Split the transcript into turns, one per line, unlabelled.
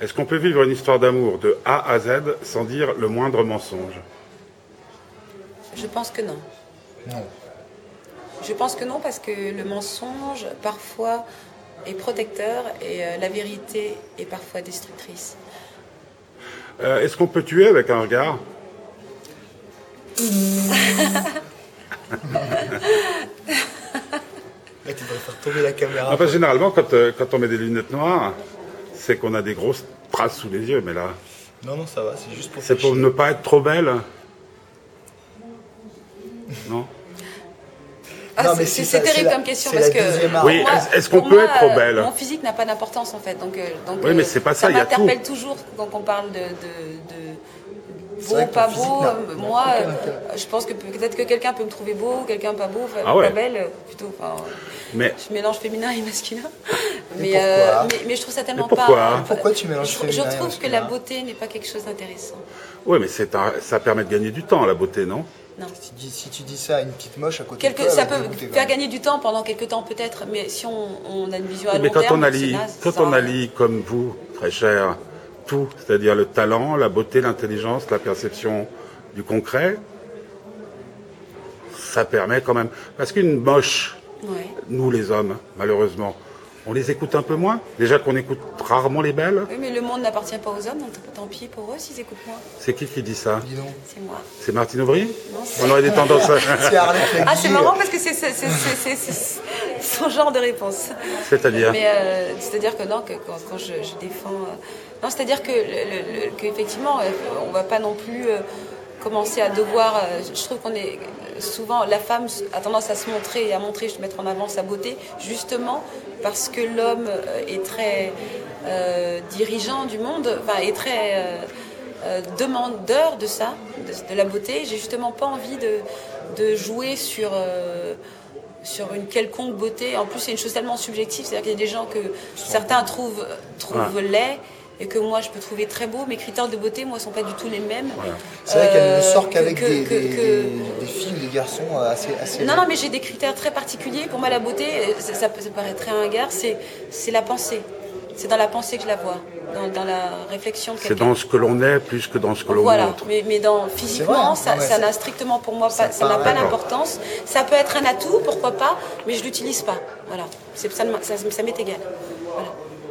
Est-ce qu'on peut vivre une histoire d'amour de A à Z sans dire le moindre mensonge
Je pense que non.
Non.
Je pense que non parce que le mensonge parfois est protecteur et euh, la vérité est parfois destructrice.
Euh, Est-ce qu'on peut tuer avec un regard
Là, tu devrais faire tomber la caméra.
Enfin, généralement, quand, euh, quand on met des lunettes noires, c'est qu'on a des grosses traces sous les yeux, mais là,
Non, non, ça va, c'est juste pour.
c'est pour
cacher.
ne pas être trop belle Non
Ah,
Non,
c'est-
mais
c'est
si,
c'est
ça,
terrible
c'est la-
comme question
c'est
parce
la
que.
deuxième arme.
pour
Oui,
moi-
est-ce- est-ce qu'on
pour
peut
moi,
être trop
euh,
belle
Mon physique n'a pas d'importance en fait. Donc, euh, donc,
Oui,
euh,
mais c'est pas ça, il y a tout.
m'interpelle toujours quand on parle de. de, de
C'est
beau,
vrai que
pas
ton physique
beau.
n'a-
euh,
n'a
Moi,
aucun
euh,
intérêt.
je pense que peut- peut-être que quelqu'un peut me trouver beau, quelqu'un pas beau, enfin,
Ah ouais.
pas belle, euh, plutôt. enfin, euh,
Mais-
Je mélange féminin et masculin.
Mais
Mais, euh,
pourquoi
mais, mais je trouve ça tellement
pourquoi
pas.
Mais
pourquoi tu mélanges
je,
féminin
Je
et
trouve que la
masculin
beauté n'est pas quelque chose d'intéressant.
Oui, mais c'est un- ça permet de gagner du temps, la beauté, non
Non.
Si tu, dis, si tu dis ça à une petite moche à côté de
Quelque,
toi,
ça
elle va
peut
te dégoûter, quand
faire
même.
gagner du temps pendant quelques temps peut-être, mais si on, on a une vision à
Mais
long
quand
terme,
on allie,
c'est naze,
quand
ça hein. sert
on
à rien.
allie comme vous, très cher, tout, c'est-à-dire le talent, la beauté, l'intelligence, la perception du concret, ça permet quand même. Parce qu'une moche,
Ouais.
nous les hommes, malheureusement, on les écoute un peu moins. Déjà qu'on écoute rarement les belles.
Oui, mais le monde n'appartient pas aux hommes, donc tant pis pour eux s'ils écoutent moi.
C'est qui qui dit ça
Dis donc.
C'est moi.
C'est Martine Aubry
Non, c'est-
On aurait des tendances à...
C'est Arlette euh, Laguille.
Ah, c'est marrant parce que c'est c'est- c'est- c'est- c'est- c'est son genre de réponse.
C'est-à-dire
Mais euh, c'est-à-dire que non, que quand, quand je, je défends. euh, Non, c'est-à-dire que le- le- le- qu'effectivement, euh, on va pas non plus euh, commencer à devoir. euh, je trouve qu'on est souvent la femme a tendance à se montrer et à montrer, je mettre en avant sa beauté, justement parce que l'homme euh, est très euh, dirigeant du monde, enfin est très euh, euh, demandeur de ça, de, de la beauté. J'ai justement pas envie de, de jouer sur. euh, sur une quelconque beauté. En plus, c'est une chose tellement subjective, c'est-à-dire qu'il y a des gens que certains trouvent, trouvent laids et que moi je peux trouver très beau. Mes critères de beauté, moi, sont pas du tout les mêmes.
C'est vrai qu'elle
Euh,
ne sort
que-
qu'avec
que-
des,
que-
des,
que-
des- des filles, des garçons euh, assez. assez
Non, non, mais j'ai des critères très particuliers. Pour moi, la beauté, euh, ça, ça peut- ça paraît très ringard, c'est, c'est la pensée. C'est dans la pensée que je la vois, dans, dans la réflexion de
C'est
quelqu'un.
dans ce que l'on est plus que dans ce que l'on
Voilà,
montre.
mais, mais dans,
vrai,
physiquement,
hein.
ça
Ouais,
ça
c'est-
n'a strictement pour moi pas, ça n'a
paraît-
pas d'importance. Ça peut être un atout, pourquoi pas, mais je l'utilise pas. Voilà, c'est, ça, me- ça, ça m'est égal.